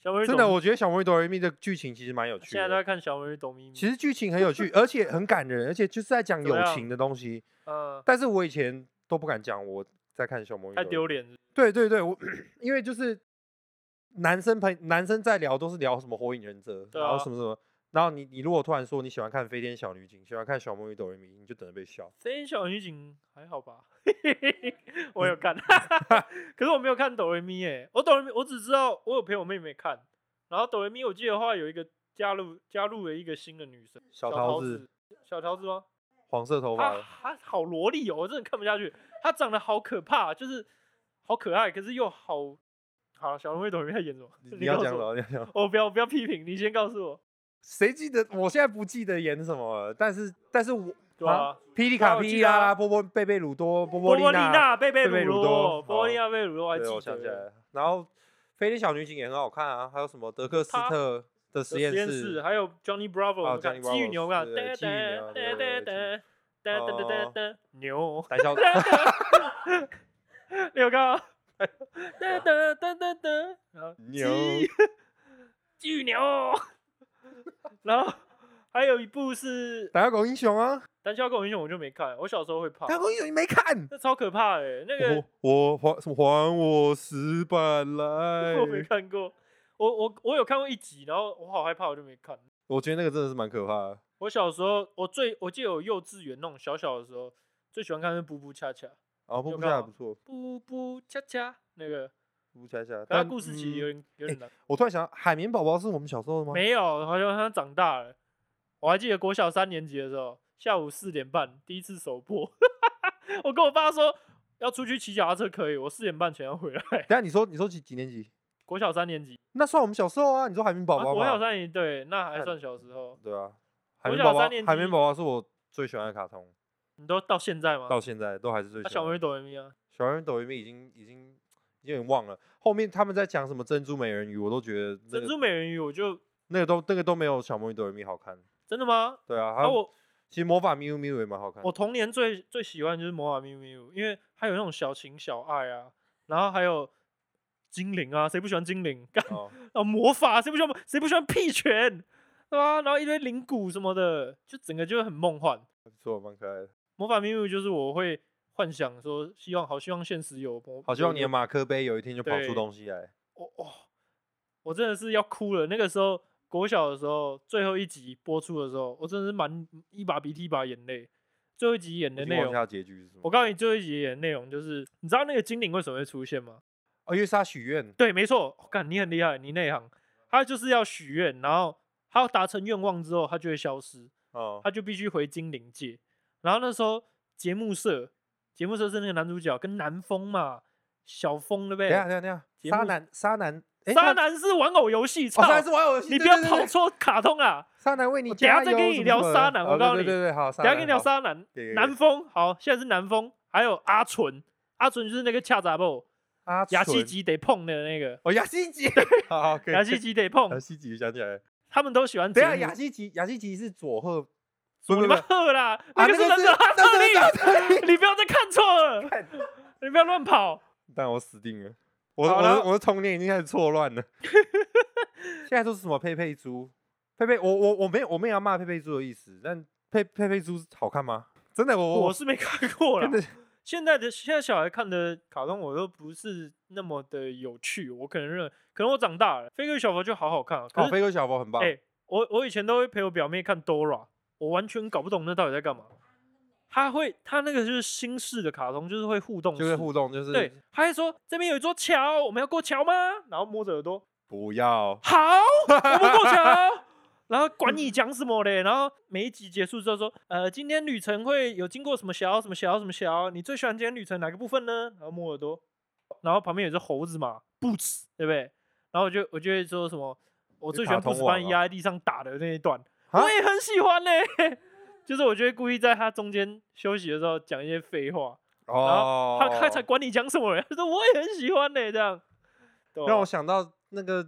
Speaker 1: 小美》，人
Speaker 2: 真的，我觉得《小魔女哆瑞咪》的剧情其实蛮有趣
Speaker 1: 现在都在
Speaker 2: 的。
Speaker 1: 看小美人懂咪咪。
Speaker 2: 其实剧情很有趣，而且很感人，而且就是在讲
Speaker 1: 怎么
Speaker 2: 友
Speaker 1: 样
Speaker 2: 情的东西。
Speaker 1: 嗯，
Speaker 2: 但是我以前都不敢讲我在看《小魔女》，
Speaker 1: 太丢脸了。
Speaker 2: 对对对，我因为就是男生朋男生在聊都是聊什么火影忍者，
Speaker 1: 对
Speaker 2: 然后
Speaker 1: 啊
Speaker 2: 什么什么，然后你你如果突然说你喜欢看飞天小女警，喜欢看小魔女哆瑞咪，你就等着被笑。
Speaker 1: 飞天小女警还好吧？ 我有看， 可是我没有看哆瑞咪诶，我哆瑞咪我只知道我有陪我妹妹看，然后哆瑞咪我记得话有一个加入加入了一个新的女生，
Speaker 2: 小
Speaker 1: 桃
Speaker 2: 桃子，
Speaker 1: 小桃子啊吗？
Speaker 2: 黄色头发
Speaker 1: 她
Speaker 2: 的，
Speaker 1: 她好萝莉哦，我真的看不下去。她长得好可怕，就是好可爱，可是又好……好，小龙会懂在演什么？
Speaker 2: 你你要
Speaker 1: 告诉
Speaker 2: 讲什
Speaker 1: 我，
Speaker 2: 么？你要讲什么，
Speaker 1: 我不要不要批评，你先告诉我。
Speaker 2: 谁记得？我现在不记得演什么了，但是但是我
Speaker 1: 对啊，
Speaker 2: 霹雳
Speaker 1: 对啊
Speaker 2: 卡、
Speaker 1: 我
Speaker 2: 霹
Speaker 1: 记
Speaker 2: 雳
Speaker 1: 得
Speaker 2: 拉
Speaker 1: 啊
Speaker 2: 拉、波波贝贝鲁多、波
Speaker 1: 波
Speaker 2: 波
Speaker 1: 利
Speaker 2: 丽娜，
Speaker 1: 娜、贝贝
Speaker 2: 贝贝
Speaker 1: 鲁
Speaker 2: 鲁多
Speaker 1: 波波利
Speaker 2: 好
Speaker 1: 娜、贝贝鲁多，我还
Speaker 2: 对，我
Speaker 1: 记
Speaker 2: 想起来
Speaker 1: 得。
Speaker 2: 了。然后飞天小女警也很好看啊，还有什么德克斯
Speaker 1: 他
Speaker 2: 特的实
Speaker 1: 实验
Speaker 2: 验
Speaker 1: 室，还有 Johnny Bravo，
Speaker 2: 啊
Speaker 1: 我们看
Speaker 2: Johnny
Speaker 1: 鸡与
Speaker 2: Bravo，
Speaker 1: 牛嘛，
Speaker 2: 对
Speaker 1: 哒
Speaker 2: 鸡与牛
Speaker 1: 哒
Speaker 2: 对
Speaker 1: 哒哒
Speaker 2: 对对
Speaker 1: 哒哒哒哒
Speaker 2: 哦
Speaker 1: 哒牛，
Speaker 2: 胆小
Speaker 1: 你有看吗？ 哒哒哒哒哒，然后
Speaker 2: 牛
Speaker 1: 鸡 鸡与牛， 然后还有一部是《
Speaker 2: 胆小狗英 雄啊，
Speaker 1: 胆小狗英雄》，我就没看，我小时候会怕
Speaker 2: 胆，小狗英哦雄你没看？
Speaker 1: 那超可怕的，欸那个
Speaker 2: 我我还什么还我石板来
Speaker 1: 我没看过，我我我有看过一集，然后我好害怕，我就没看。
Speaker 2: 我觉得那个真的是蛮可怕的。
Speaker 1: 我小时候，我最我记得我幼稚园那种小小的时候，最喜欢看的是《布布恰恰》。
Speaker 2: 然后
Speaker 1: 有
Speaker 2: 啊布布
Speaker 1: 看
Speaker 2: 恰
Speaker 1: 吗
Speaker 2: 不错，
Speaker 1: 布布恰恰那个，
Speaker 2: 布布恰恰。
Speaker 1: 可它
Speaker 2: 但
Speaker 1: 故事其实
Speaker 2: 嗯
Speaker 1: 有点有点难。
Speaker 2: 我突然想到，海绵宝宝是我们小时候的吗？
Speaker 1: 没有，好像他长大了。我还记得国小三年级的时候，下午四点半第一次首播， 我跟我爸说要出去骑脚踏车可以，我四点半前要回来。
Speaker 2: 等一下你说你说几几年级？
Speaker 1: 国小三年级，
Speaker 2: 那算我们小时候啊。你说海绵宝
Speaker 1: 啊
Speaker 2: 宝
Speaker 1: 国小
Speaker 2: 吗？
Speaker 1: 三年级对，那还
Speaker 2: 看
Speaker 1: 算小时候。
Speaker 2: 对啊，海
Speaker 1: 国
Speaker 2: 绵
Speaker 1: 小
Speaker 2: 宝
Speaker 1: 三
Speaker 2: 宝，
Speaker 1: 年
Speaker 2: 海绵
Speaker 1: 级
Speaker 2: 宝宝是我最喜欢的卡通，
Speaker 1: 你都到现在吗？
Speaker 2: 到现在都还是最
Speaker 1: 那
Speaker 2: 喜
Speaker 1: 小
Speaker 2: 欢
Speaker 1: 美
Speaker 2: 的。
Speaker 1: 哆来咪啊，
Speaker 2: 小人抖音已经已经有点忘了，后面他们在讲什么珍珠美人鱼，我都觉得那
Speaker 1: 珍
Speaker 2: 个
Speaker 1: 珠美人鱼，我就
Speaker 2: 那个都那个都没有小魔女哆瑞咪好看。
Speaker 1: 真的吗？
Speaker 2: 对啊，还
Speaker 1: 然后
Speaker 2: 有
Speaker 1: 我
Speaker 2: 其实魔法咪 i 咪 u 也蛮好看的。
Speaker 1: 我童年最最喜欢就是魔法咪咪屋，因为它有那种小情小爱啊，然后还有精灵啊，谁不喜欢精灵？ 干
Speaker 2: 哦
Speaker 1: 啊魔法，谁不喜欢谁不喜欢屁拳，对吧、然后一堆灵骨什么的，就整个就很梦幻。
Speaker 2: 还不错，蛮可爱的。
Speaker 1: 魔法咪咪屋就是我会幻想说，希望好希望现实有魔，
Speaker 2: 好希望你的
Speaker 1: 有
Speaker 2: 马克杯有一天就跑
Speaker 1: 对
Speaker 2: 出东西来。
Speaker 1: 我哦，我真的是要哭了。那个时候国小的时候，最后一集播出的时候，我真的是满一把鼻涕一把眼泪。最后一集演
Speaker 2: 我
Speaker 1: 的
Speaker 2: 已
Speaker 1: 内
Speaker 2: 经忘
Speaker 1: 容
Speaker 2: 记，它结局是什么
Speaker 1: 我？告诉你，最后一集的内容就是，你知道那个精灵为什么会出现吗？
Speaker 2: 哦，因为是他许愿，
Speaker 1: 对，没错，我、干，你很厉害，你内行。他就是要许愿，然后他要达成愿望之后，他就会消失，
Speaker 2: 哦
Speaker 1: 他就必须回精灵界。然后那时候节目社节目设置那个男主角跟南风嘛，小风对不
Speaker 2: 等一下
Speaker 1: 对？
Speaker 2: 等一下等一
Speaker 1: 节
Speaker 2: 下，
Speaker 1: 目
Speaker 2: 沙男沙男，诶
Speaker 1: 渣
Speaker 2: 他
Speaker 1: 男是玩偶游戏，操
Speaker 2: 哦，！沙男是玩偶游戏，
Speaker 1: 你不
Speaker 2: 对
Speaker 1: 要
Speaker 2: 对对
Speaker 1: 跑
Speaker 2: 对
Speaker 1: 错卡通啊！
Speaker 2: 沙男为你
Speaker 1: 我等一下
Speaker 2: 加
Speaker 1: 再
Speaker 2: 油
Speaker 1: 跟你
Speaker 2: 什么
Speaker 1: 聊
Speaker 2: 的
Speaker 1: 沙男我
Speaker 2: 哦
Speaker 1: 告诉
Speaker 2: 对
Speaker 1: 你
Speaker 2: 对对对，好，沙
Speaker 1: 等一下
Speaker 2: 男
Speaker 1: 跟你聊
Speaker 2: 好
Speaker 1: 渣男
Speaker 2: 给给，
Speaker 1: 南风好，现在是南风，还有阿纯，阿纯就是那个恰杂布，
Speaker 2: 阿
Speaker 1: 雅
Speaker 2: 纯
Speaker 1: 西，吉得碰的那个，
Speaker 2: 哦，雅西 吉，好好，可以
Speaker 1: 雅西吉得嗯
Speaker 2: 雅
Speaker 1: 碰，
Speaker 2: 西吉想起来了，
Speaker 1: 他们都喜欢
Speaker 2: 呃等
Speaker 1: 节
Speaker 2: 一下
Speaker 1: 目。
Speaker 2: 雅西吉，雅西吉是佐贺，
Speaker 1: 什
Speaker 2: 不
Speaker 1: 么
Speaker 2: 不
Speaker 1: 你
Speaker 2: 不
Speaker 1: 们，喝啦，
Speaker 2: 啊，
Speaker 1: 那个是
Speaker 2: 那
Speaker 1: 忍者哈特利，
Speaker 2: 特利，
Speaker 1: 你不要再看错了，
Speaker 2: 看
Speaker 1: 你不要乱跑。
Speaker 2: 但我死定了，我的
Speaker 1: 好
Speaker 2: 我的
Speaker 1: 了
Speaker 2: 我的童年已经开始错乱 了。现在都是什么佩佩猪？佩佩，我我我没有我没有要骂佩佩猪的意思，但佩佩佩猪好看吗？真的，我
Speaker 1: 我
Speaker 2: 我
Speaker 1: 是没看过啦
Speaker 2: 哦真。的
Speaker 1: 现在的现在小孩看的卡通，我都不是那么的有趣。我可能认，可能我长大了，《飞哥与小佛》就好好看、啊。可
Speaker 2: 哦，
Speaker 1: 是，
Speaker 2: 飞哥小佛很棒
Speaker 1: 哎、，我我以前都会陪我表妹看 Dora，我完全搞不懂那到底在干嘛。他会，他那个就是新式的卡通，就是会互动式，
Speaker 2: 就是互动，就是
Speaker 1: 对，他还说这边有一座桥，我们要过桥吗？然后摸着耳朵，
Speaker 2: 不要
Speaker 1: 好，我们过桥。啊然后管你讲什么嘞，然后每一集结束之后说，呃，今天旅程会有经过什么桥、什么桥、什么桥，你最喜欢今天旅程哪个部分呢？然后摸耳朵，然后旁边有只猴子嘛，Boots，对不对？然后我就我就会说什么，呃我
Speaker 2: 你
Speaker 1: 最喜欢
Speaker 2: 卡通
Speaker 1: Boots
Speaker 2: 王
Speaker 1: 把你
Speaker 2: 啊
Speaker 1: 压在地上打的那一段，
Speaker 2: 啊
Speaker 1: 我也很喜欢呢、 就是我就会故意在他中间休息的时候讲一些废话，然
Speaker 2: 哦
Speaker 1: 后。他他才管你讲什么嘞，他说我也很喜欢呢、这样。对
Speaker 2: 让
Speaker 1: 啊
Speaker 2: 我想到那个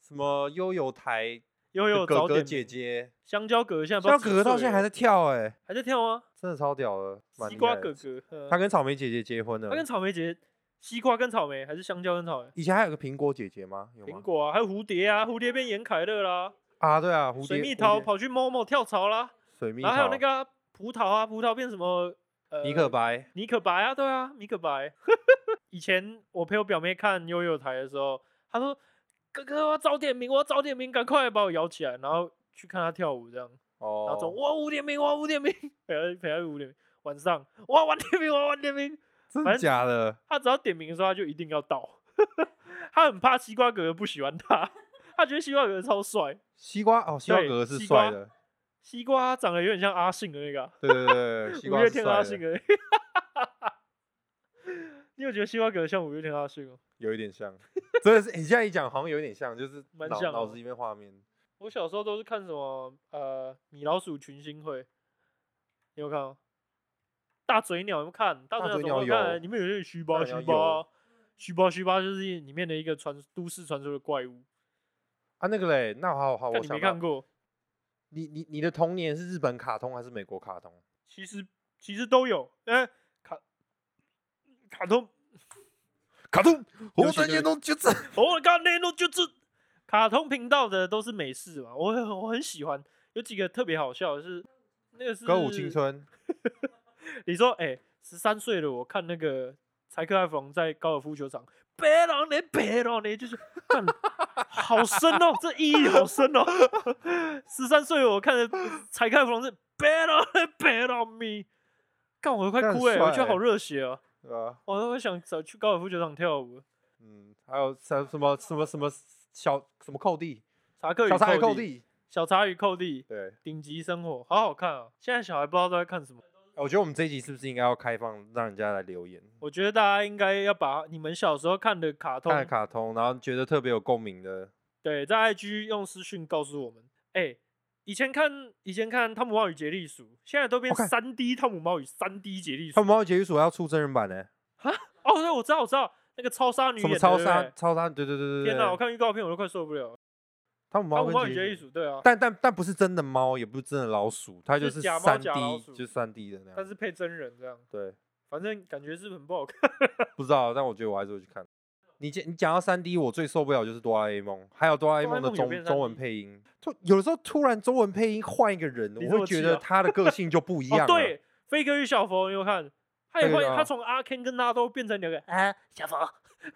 Speaker 2: 什么悠游台
Speaker 1: 悠
Speaker 2: 的
Speaker 1: 悠
Speaker 2: 哥
Speaker 1: 早
Speaker 2: 哥
Speaker 1: 点
Speaker 2: 姐姐，
Speaker 1: 香蕉哥哥现在不知道
Speaker 2: 那
Speaker 1: 几
Speaker 2: 哥哥到
Speaker 1: 岁
Speaker 2: 现在还
Speaker 1: 了
Speaker 2: 在跳哎、
Speaker 1: 还在跳吗？
Speaker 2: 真的超屌的，蛮
Speaker 1: 西
Speaker 2: 厉
Speaker 1: 瓜
Speaker 2: 害
Speaker 1: 哥
Speaker 2: 的
Speaker 1: 哥，嗯
Speaker 2: 他跟草莓姐姐结婚了
Speaker 1: 他。跟草莓姐，西瓜跟草莓还是香蕉跟草莓？
Speaker 2: 以前还有个苹果姐姐吗？有吗
Speaker 1: 苹果啊，还有蝴蝶啊，蝴蝶变严凯乐啦，
Speaker 2: 啊，对啊，蝴蝶
Speaker 1: 水蜜
Speaker 2: 蝴
Speaker 1: 桃
Speaker 2: 蝶
Speaker 1: 跑去 Momo 跳槽啦，
Speaker 2: 水蜜
Speaker 1: 然后
Speaker 2: 桃，
Speaker 1: 还有那个啊、葡萄啊，葡萄变什么？呃，
Speaker 2: 尼克白，
Speaker 1: 尼可白啊，对啊，尼可白。 以前我陪我表妹看悠悠台的时候，她说：“哥哥，我要早点名，我要早点名，赶快把我摇起来。”然后去看她跳舞这样。
Speaker 2: 哦，
Speaker 1: 然后说哇五点名，哇五点名，陪他陪他五点名，晚上哇晚点名，哇晚点名，
Speaker 2: 真
Speaker 1: 反
Speaker 2: 的
Speaker 1: 正
Speaker 2: 假的？
Speaker 1: 他只要点名的时候他就一定要到， 他很怕西瓜哥哥不喜欢他，他觉得西瓜哥哥超帅，
Speaker 2: 西瓜哦，西瓜
Speaker 1: 对
Speaker 2: 哥哥是
Speaker 1: 西
Speaker 2: 帅
Speaker 1: 瓜
Speaker 2: 的，
Speaker 1: 西瓜长得有点像阿信的那个啊、
Speaker 2: 对对 对对，西
Speaker 1: 五
Speaker 2: 瓜
Speaker 1: 月
Speaker 2: 是
Speaker 1: 天
Speaker 2: 帅
Speaker 1: 的阿信的
Speaker 2: 的，
Speaker 1: 那个， 你有觉得西瓜哥哥像五月天的阿信吗？
Speaker 2: 有一 点像，真的是你现在一讲好像有一点像，就是
Speaker 1: 蛮
Speaker 2: 脑
Speaker 1: 像
Speaker 2: 脑
Speaker 1: 的
Speaker 2: 子里面画面，
Speaker 1: 我小时候都是看什么呃米老鼠群星会，你有看吗？大嘴鸟有没有看？大
Speaker 2: 大
Speaker 1: 嘴
Speaker 2: 嘴
Speaker 1: 鸟怎么
Speaker 2: 鸟有
Speaker 1: 看？里面有些须巴
Speaker 2: 大
Speaker 1: 须
Speaker 2: 嘴鸟
Speaker 1: 巴
Speaker 2: 有
Speaker 1: 须巴须巴就是里面的一个传都市传说的怪物，
Speaker 2: 啊那个嘞，那好好，
Speaker 1: 但
Speaker 2: 我
Speaker 1: 你
Speaker 2: 想
Speaker 1: 没
Speaker 2: 到
Speaker 1: 看过？
Speaker 2: 你你你的童年是日本卡通还是美国卡通？
Speaker 1: 其实其实都有，呃，卡卡通，
Speaker 2: 卡通，
Speaker 1: 流
Speaker 2: 我
Speaker 1: 行
Speaker 2: 的
Speaker 1: 流
Speaker 2: 眼中就是
Speaker 1: 我刚，Oh 那都就是卡通频道的都是美式嘛，我很我很喜欢，有几个特别好笑的是那个是
Speaker 2: 歌舞青春，
Speaker 1: 你说，哎、十三岁了，我看那个柴克艾弗隆在高尔夫球场，别让你，别让你，就是干好深哦，这意义好深哦。十三岁了我看的柴克艾弗隆是别让你，别让你，干我都快
Speaker 2: 干
Speaker 1: 哭哎、我觉
Speaker 2: 帅
Speaker 1: 得好
Speaker 2: 欸
Speaker 1: 热血哦，
Speaker 2: 对吧？
Speaker 1: 我都会想走去高尔夫球场跳舞。
Speaker 2: 嗯，还有什什么什么什么小什么寇弟，
Speaker 1: 查克与
Speaker 2: 小茶
Speaker 1: 寇
Speaker 2: 寇
Speaker 1: 弟，
Speaker 2: 弟，
Speaker 1: 小茶与寇弟，
Speaker 2: 对。
Speaker 1: 顶级生活，好好看啊！现在小孩不知道都在看什么。
Speaker 2: 我觉得我们这一集是不是应该要开放，让人家来留言，
Speaker 1: 我觉得大家应该要把你们小时候看的卡通
Speaker 2: 看了卡通，然后觉得特别有共鸣的，
Speaker 1: 对，在 IG 用私讯告诉我们。哎、以前看以前看《汤姆猫与杰利鼠》，现在都变
Speaker 2: 我看
Speaker 1: 三 D 汤姆猫与三 D 杰利
Speaker 2: 他
Speaker 1: 鼠。
Speaker 2: 们猫与结局所要出真人版呢、
Speaker 1: 哦，对，我知道，我知道，那个超杀女演
Speaker 2: 什么
Speaker 1: 的
Speaker 2: 超
Speaker 1: 对不
Speaker 2: 杀
Speaker 1: 对
Speaker 2: 超杀，对对对对
Speaker 1: 天哪！我
Speaker 2: 对，
Speaker 1: 看预告片我都快受不了。
Speaker 2: 汤姆
Speaker 1: 汤
Speaker 2: 猫
Speaker 1: 姆猫与杰
Speaker 2: 跟杰
Speaker 1: 利
Speaker 2: 局，
Speaker 1: 鼠，对啊，
Speaker 2: 但但但不是真的猫，也不是真的老鼠，它就是是
Speaker 1: 假猫
Speaker 2: 三
Speaker 1: 假老
Speaker 2: D，
Speaker 1: 鼠
Speaker 2: 就是三 D 的那
Speaker 1: 但
Speaker 2: 样。
Speaker 1: 是配真人这样，
Speaker 2: 对，
Speaker 1: 反正感觉是很不好看。
Speaker 2: 不知道，但我觉得我还是会去看。你讲你讲到三 D，我最受不了就是哆啦 A 梦，还有哆啦 A
Speaker 1: 哆啦 A
Speaker 2: 梦的
Speaker 1: 梦有变 3D
Speaker 2: 中中文配音，突有的时候突然中文配音换一个人，
Speaker 1: 你
Speaker 2: 我
Speaker 1: 这
Speaker 2: 会
Speaker 1: 么
Speaker 2: 觉
Speaker 1: 气
Speaker 2: 得
Speaker 1: 啊
Speaker 2: 他的个性就不一样
Speaker 1: 哦，
Speaker 2: 了。
Speaker 1: 对，飞哥与小佛，你有看？他也
Speaker 2: 对
Speaker 1: 换，
Speaker 2: 啊
Speaker 1: 他从阿 Ken 跟大家都变成两个
Speaker 3: 啊，小佛，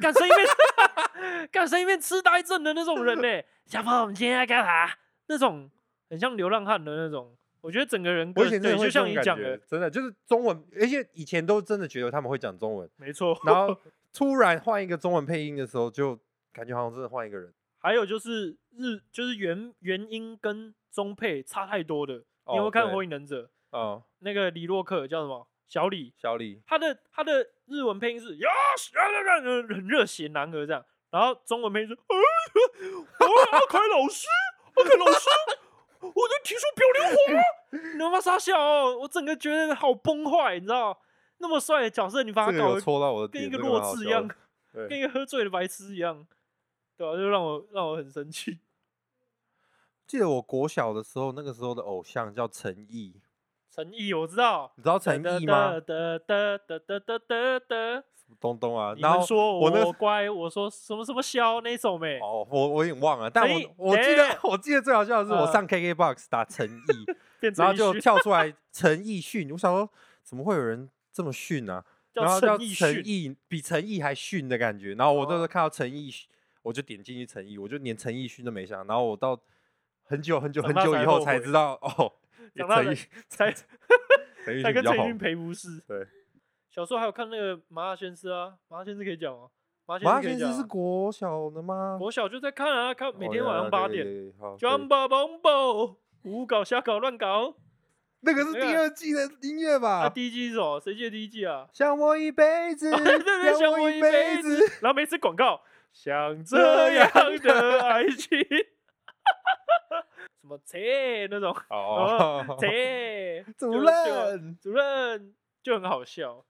Speaker 1: 干生一 面干生一面痴呆症的那种人呢、小朋友，我们今天要干嘛？那种很像流浪汉的那种，我觉得整个人格
Speaker 2: 我以前
Speaker 1: 对，
Speaker 2: 真的会
Speaker 1: 就
Speaker 2: 这
Speaker 1: 像
Speaker 2: 种
Speaker 1: 你
Speaker 2: 感
Speaker 1: 讲
Speaker 2: 觉
Speaker 1: 的，
Speaker 2: 真的就是中文，而且以前都真的觉得他们会讲中文，
Speaker 1: 没错。
Speaker 2: 然后突然换一个中文配音的时候，就感觉好像真的换一个人。
Speaker 1: 还有就是日，就是原原音跟中配差太多的。你有没有
Speaker 2: 哦
Speaker 1: 看《
Speaker 2: 对
Speaker 1: 火影忍者》？
Speaker 2: 哦，
Speaker 1: 那个李洛克叫什么？小李，
Speaker 2: 小李，
Speaker 1: 他的他的日文配音是 yes，很啊热血男儿这样，然后中文配音是，哎呀阿凯老师，阿凯老师，我就提出表流火，你他妈傻笑哦，我整个觉得好崩坏，你知道，那么帅的角色，你把
Speaker 2: 这
Speaker 1: 他
Speaker 2: 个
Speaker 1: 搞
Speaker 2: 有
Speaker 1: 得
Speaker 2: 戳到我的
Speaker 1: 跟一
Speaker 2: 点，
Speaker 1: 个
Speaker 2: 这蛮
Speaker 1: 弱
Speaker 2: 好
Speaker 1: 智一
Speaker 2: 笑
Speaker 1: 样
Speaker 2: 的，，对
Speaker 1: 跟一个喝醉的白痴一样，对吧、就让我让我很生气。
Speaker 2: 记得我国小的时候，那个时候的偶像叫陈毅，
Speaker 1: 陈毅我知道，
Speaker 2: 你知道陈毅吗？
Speaker 1: 哒哒哒哒哒哒哒。
Speaker 2: 东东啊，
Speaker 1: 你
Speaker 2: 然
Speaker 1: 们
Speaker 2: 后
Speaker 1: 说
Speaker 2: 我那
Speaker 1: 我乖，我说什么什么肖那首没？
Speaker 2: 哦，我我有点忘了，但
Speaker 1: 陈毅
Speaker 2: 我我记
Speaker 1: 哎
Speaker 2: 得我记得最好笑的是我
Speaker 1: 呃
Speaker 2: 上 KKBOX 打陈毅，
Speaker 1: 变成
Speaker 2: 然后
Speaker 1: 一
Speaker 2: 就
Speaker 1: 句
Speaker 2: 跳出来陈奕迅，我想说怎么会有人这么逊啊？然
Speaker 1: 叫
Speaker 2: 后叫
Speaker 1: 陈奕
Speaker 2: 陈
Speaker 1: 迅，
Speaker 2: 奕比陈奕还逊的感觉。然后我
Speaker 1: 哦
Speaker 2: 就是看到陈奕迅，我就点进去陈奕，我就连陈奕迅都没想。然后我到很久很久
Speaker 1: 长
Speaker 2: 很
Speaker 1: 大
Speaker 2: 久
Speaker 1: 才
Speaker 2: 以
Speaker 1: 后
Speaker 2: 后才
Speaker 1: 悔
Speaker 2: 知道，哦，陈
Speaker 1: 长大才
Speaker 2: 奕
Speaker 1: 才
Speaker 2: 陈
Speaker 1: 才
Speaker 2: 奕迅比
Speaker 1: 跟
Speaker 2: 较
Speaker 1: 陈
Speaker 2: 好
Speaker 1: 奕。迅赔不是。
Speaker 2: 对，
Speaker 1: 小时候还有看那个《麻辣鲜师》啊，《麻辣鲜师》可以讲吗？《麻
Speaker 2: 马
Speaker 1: 辣
Speaker 2: 拉
Speaker 1: 鲜
Speaker 2: 先
Speaker 1: 师》可以
Speaker 2: 生
Speaker 1: 讲
Speaker 2: 是
Speaker 1: 啊。
Speaker 2: 国小的吗？
Speaker 1: 我小就在看啊，看每
Speaker 2: 哦
Speaker 1: 天晚上八，点。
Speaker 2: 对对对对好
Speaker 1: j u
Speaker 2: 可
Speaker 1: m
Speaker 2: 以
Speaker 1: b o Bumbo，胡搞瞎搞乱搞。
Speaker 2: 那个是
Speaker 1: 那个
Speaker 2: 第二季的音乐
Speaker 1: 啊，
Speaker 2: 吧？
Speaker 1: 第一季是什么？谁记得第一季啊？
Speaker 2: 想我一辈 子，
Speaker 1: 对对，
Speaker 2: 想
Speaker 1: 想我
Speaker 2: 一
Speaker 1: 一
Speaker 2: 辈
Speaker 1: 辈
Speaker 2: 子
Speaker 1: 子。。然后每次广告，像这样的爱情， 什么切那种
Speaker 2: 哦，
Speaker 1: 切，
Speaker 2: 主
Speaker 1: 就
Speaker 2: 任，
Speaker 1: 主任就很好笑。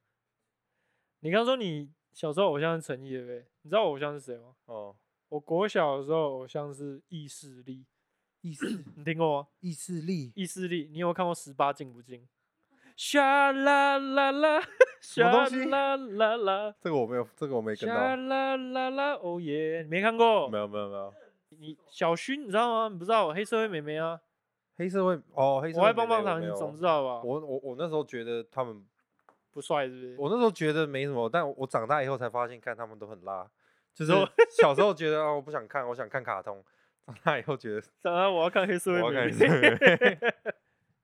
Speaker 1: 你刚说你小时候偶像是陈毅对不对？你知道我偶像是谁吗？
Speaker 2: 哦，
Speaker 1: 我国小的时候偶像是易士力，
Speaker 2: 意识
Speaker 1: 你听过吗？
Speaker 2: 意志力，
Speaker 1: 易士力，你有没有看过《十八禁不禁》？沙啦啦啦，
Speaker 2: 什么
Speaker 1: 沙
Speaker 2: 东西
Speaker 1: 啦啦啦。
Speaker 2: 这个我没有，这个我没跟
Speaker 1: 啦
Speaker 2: 到，
Speaker 1: 啦啦啦，哦耶！你没看过？
Speaker 2: 没有没有没有。
Speaker 1: 你小薰你知道吗？你不知道我黑社会妹妹啊？
Speaker 2: 黑社会哦，黑社
Speaker 1: 我
Speaker 2: 会
Speaker 1: 爱棒
Speaker 2: 妹
Speaker 1: 棒
Speaker 2: 妹
Speaker 1: 糖，
Speaker 2: 没
Speaker 1: 你
Speaker 2: 有啊
Speaker 1: 总知道吧？
Speaker 2: 我我我那时候觉得他们，
Speaker 1: 不帅是不是？
Speaker 2: 我那时候觉得没什么，但我长大以后才发现，看他们都很辣。 就是
Speaker 1: 说
Speaker 2: 小时候觉得啊，我不想看，我想看卡通。长大以后觉得
Speaker 1: 当然 我要看黑社
Speaker 2: 我要
Speaker 1: 会
Speaker 2: 看
Speaker 1: 妹
Speaker 2: 黑社
Speaker 1: 妹。
Speaker 2: 会妹妹。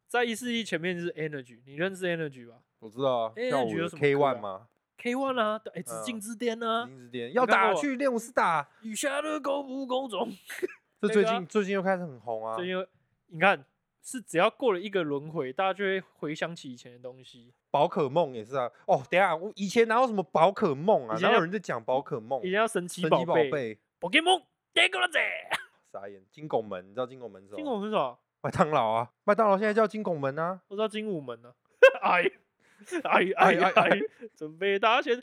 Speaker 1: 在一四一前面就是 Energy，你认识 Energy 吧
Speaker 2: 我知道啊，
Speaker 1: 哎
Speaker 2: 跳
Speaker 1: 那
Speaker 2: 舞
Speaker 1: 你觉得
Speaker 2: 的
Speaker 1: 有什么
Speaker 2: K
Speaker 1: 歌
Speaker 2: One
Speaker 1: 啊
Speaker 2: 嘛，
Speaker 1: ？K One 啊，哎，紫
Speaker 2: 嗯
Speaker 1: 禁之巅啊，
Speaker 2: 林子店要
Speaker 1: 你看
Speaker 2: 打
Speaker 1: 过
Speaker 2: 去练武是打。
Speaker 1: 雨下的狗不公种。那
Speaker 2: 这最
Speaker 1: 个啊
Speaker 2: 近最近又开始很红啊
Speaker 1: 就，因为你看，是只要过了一个轮回，大家就会回想起以前的东西。
Speaker 2: 宝可梦也是啊。哦，等一下，我以前哪有什么宝可梦啊？
Speaker 1: 以前
Speaker 2: 哪有
Speaker 1: 要
Speaker 2: 人在讲宝可梦
Speaker 1: 以？前要神奇
Speaker 2: 哦神
Speaker 1: 宝
Speaker 2: 奇宝
Speaker 1: 贝
Speaker 2: 贝，
Speaker 1: ，Pokemon d e g l a z e
Speaker 2: 傻眼。金拱门，你知道金拱门是哦什
Speaker 1: 金
Speaker 2: 么？
Speaker 1: 拱是什么？
Speaker 2: 麦当劳啊，麦当劳现在叫金拱门啊。
Speaker 1: 我知道精武门呢、啊，哎哎哎
Speaker 2: 哎
Speaker 1: 哎，准备打拳，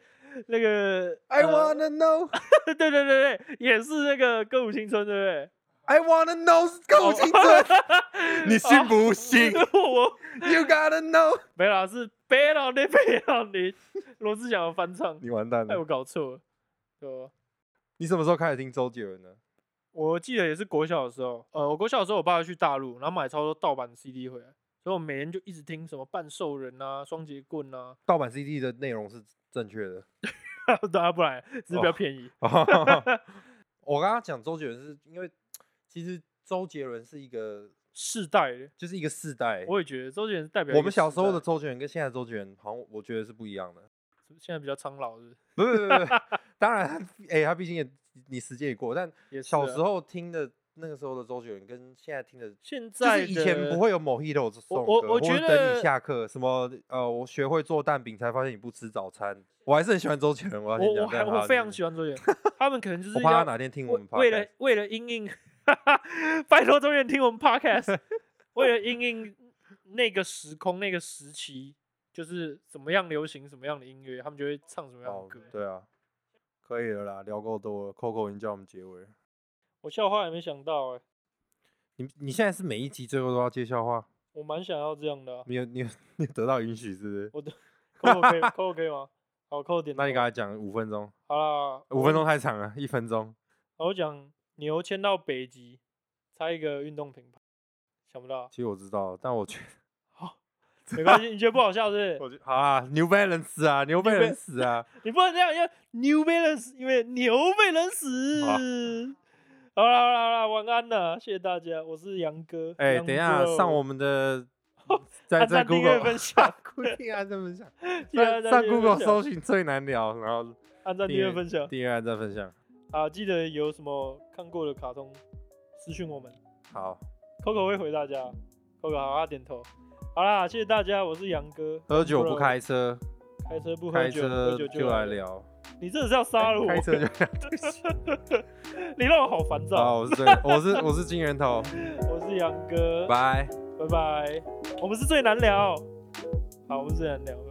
Speaker 1: 那个
Speaker 2: I
Speaker 1: 呃
Speaker 2: wanna know,
Speaker 1: 对对对对，也是那个歌舞青春，对
Speaker 2: I wanna know，够青春，哦 你信不信
Speaker 1: 不对？ 我
Speaker 2: ？You gotta know，
Speaker 1: 没啦，是别让 你别让你，罗志祥的翻唱，
Speaker 2: 你完蛋
Speaker 1: 哎，
Speaker 2: 了
Speaker 1: 我。搞错了，对吧？
Speaker 2: 你什么时候开始听周杰伦的？
Speaker 1: 我记得也是国小的时候，呃，我国小的时候，我爸去大陆，然后买超多盗版 CD 回来，所以我每天就一直听什么半兽人啊、双截棍啊，
Speaker 2: 盗版 CD 的内容是正确的。
Speaker 1: 当啊然不然，只是
Speaker 2: 哦
Speaker 1: 比较便宜，
Speaker 2: 我刚刚讲周杰伦是因为，其实周杰伦是一个，
Speaker 1: 世代的。
Speaker 2: 就是一个世代。
Speaker 1: 我也觉得周杰伦是代表一
Speaker 2: 我
Speaker 1: 个
Speaker 2: 们小
Speaker 1: 世
Speaker 2: 时候
Speaker 1: 代
Speaker 2: 的周杰伦跟现在的周杰伦，好像我觉得是不一样的。
Speaker 1: 现在比较苍老是不是
Speaker 2: 不是不是不是， 当然他，哎，他毕竟也你时间也过，但
Speaker 1: 也是
Speaker 2: 小
Speaker 1: 啊
Speaker 2: 时候听的那个时候的周杰伦跟现在听的
Speaker 1: 现
Speaker 2: 就
Speaker 1: 在
Speaker 2: 是以前
Speaker 1: 的
Speaker 2: 不会有某 hero 这
Speaker 1: 我
Speaker 2: 种
Speaker 1: 我
Speaker 2: 歌，
Speaker 1: 我
Speaker 2: 或
Speaker 1: 觉
Speaker 2: 者等
Speaker 1: 得
Speaker 2: 你下课什么呃，我学会做蛋饼才发现你不吃早餐。我还是很喜欢周杰伦，我要先
Speaker 1: 我
Speaker 2: 讲
Speaker 1: 我还
Speaker 2: 但他
Speaker 1: 我非常
Speaker 2: 就是
Speaker 1: 喜欢周杰 伦，他们可能就是
Speaker 2: 我怕他
Speaker 1: 要
Speaker 2: 哪天听我
Speaker 1: 为
Speaker 2: 们 p
Speaker 1: 为了为了因应，拜托周杰伦听我 们 podcast，为了因应那个时空那个时期，就是怎么样流行什么样的音乐，他们就会唱什么样的
Speaker 2: 哦
Speaker 1: 歌。，
Speaker 2: 对啊，可以了啦，聊够多了，Coco 已经叫我们结尾了。
Speaker 1: 我笑话也没想到哎、
Speaker 2: 你你现在是每一集最后都要接笑话，
Speaker 1: 我蛮想要这样的、啊，
Speaker 2: 你有你有你有得到允许是不是？
Speaker 1: 扣我可以 扣我可以吗？好扣我点头。
Speaker 2: 那你刚才讲五分钟，
Speaker 1: 好啦，
Speaker 2: 五分钟太长了，一分钟。
Speaker 1: 好我讲牛迁到北极，猜一个运动品牌，想不到啊。
Speaker 2: 其实我知道，但我觉
Speaker 1: 没关系，你觉得不好笑是
Speaker 2: 得
Speaker 1: 不
Speaker 2: 我
Speaker 1: 是？
Speaker 2: 觉得好啊，New Balance 啊，New
Speaker 1: New Ba-
Speaker 2: Balance 啊，
Speaker 1: 你不能这样，要牛被人死，因为牛被人
Speaker 2: 啊
Speaker 1: 死。好啦好啦好啦，晚安啦，谢谢大家，我是杨哥。
Speaker 2: 哎、
Speaker 1: 杨
Speaker 2: 等一下
Speaker 1: 哥
Speaker 2: 上我 们的，
Speaker 1: 啊
Speaker 2: 在
Speaker 1: 按
Speaker 2: 在
Speaker 1: 赞订阅
Speaker 2: Google
Speaker 1: 分享
Speaker 2: 固 定按赞分享，
Speaker 1: 记得按
Speaker 2: 上
Speaker 1: 赞
Speaker 2: 上
Speaker 1: 订阅
Speaker 2: Google
Speaker 1: 分享
Speaker 2: 搜寻最难聊，然后
Speaker 1: 按赞
Speaker 2: 订
Speaker 1: 订
Speaker 2: 阅
Speaker 1: 阅分享
Speaker 2: 订阅按赞分享。
Speaker 1: 啊！记得有什么看过的卡通私讯我们
Speaker 2: 好，
Speaker 1: ，Coco 会回大家。Coco 好，他点头。好啦，谢谢大家，我是杨哥。
Speaker 2: 喝酒不
Speaker 1: 然
Speaker 2: 开车，
Speaker 1: 开车不喝
Speaker 2: 开
Speaker 1: 酒，喝
Speaker 2: 车
Speaker 1: 酒
Speaker 2: 就来
Speaker 1: 来。
Speaker 2: 聊，
Speaker 1: 你真的是要杀了我？
Speaker 2: 开车就
Speaker 1: 你让我好烦
Speaker 2: 啊！
Speaker 1: 躁。
Speaker 2: 我是这个，我是我是金源 头，
Speaker 1: 我是杨哥，
Speaker 2: 拜。
Speaker 1: 拜拜。我们是最难聊，好，我们是最难聊。拜拜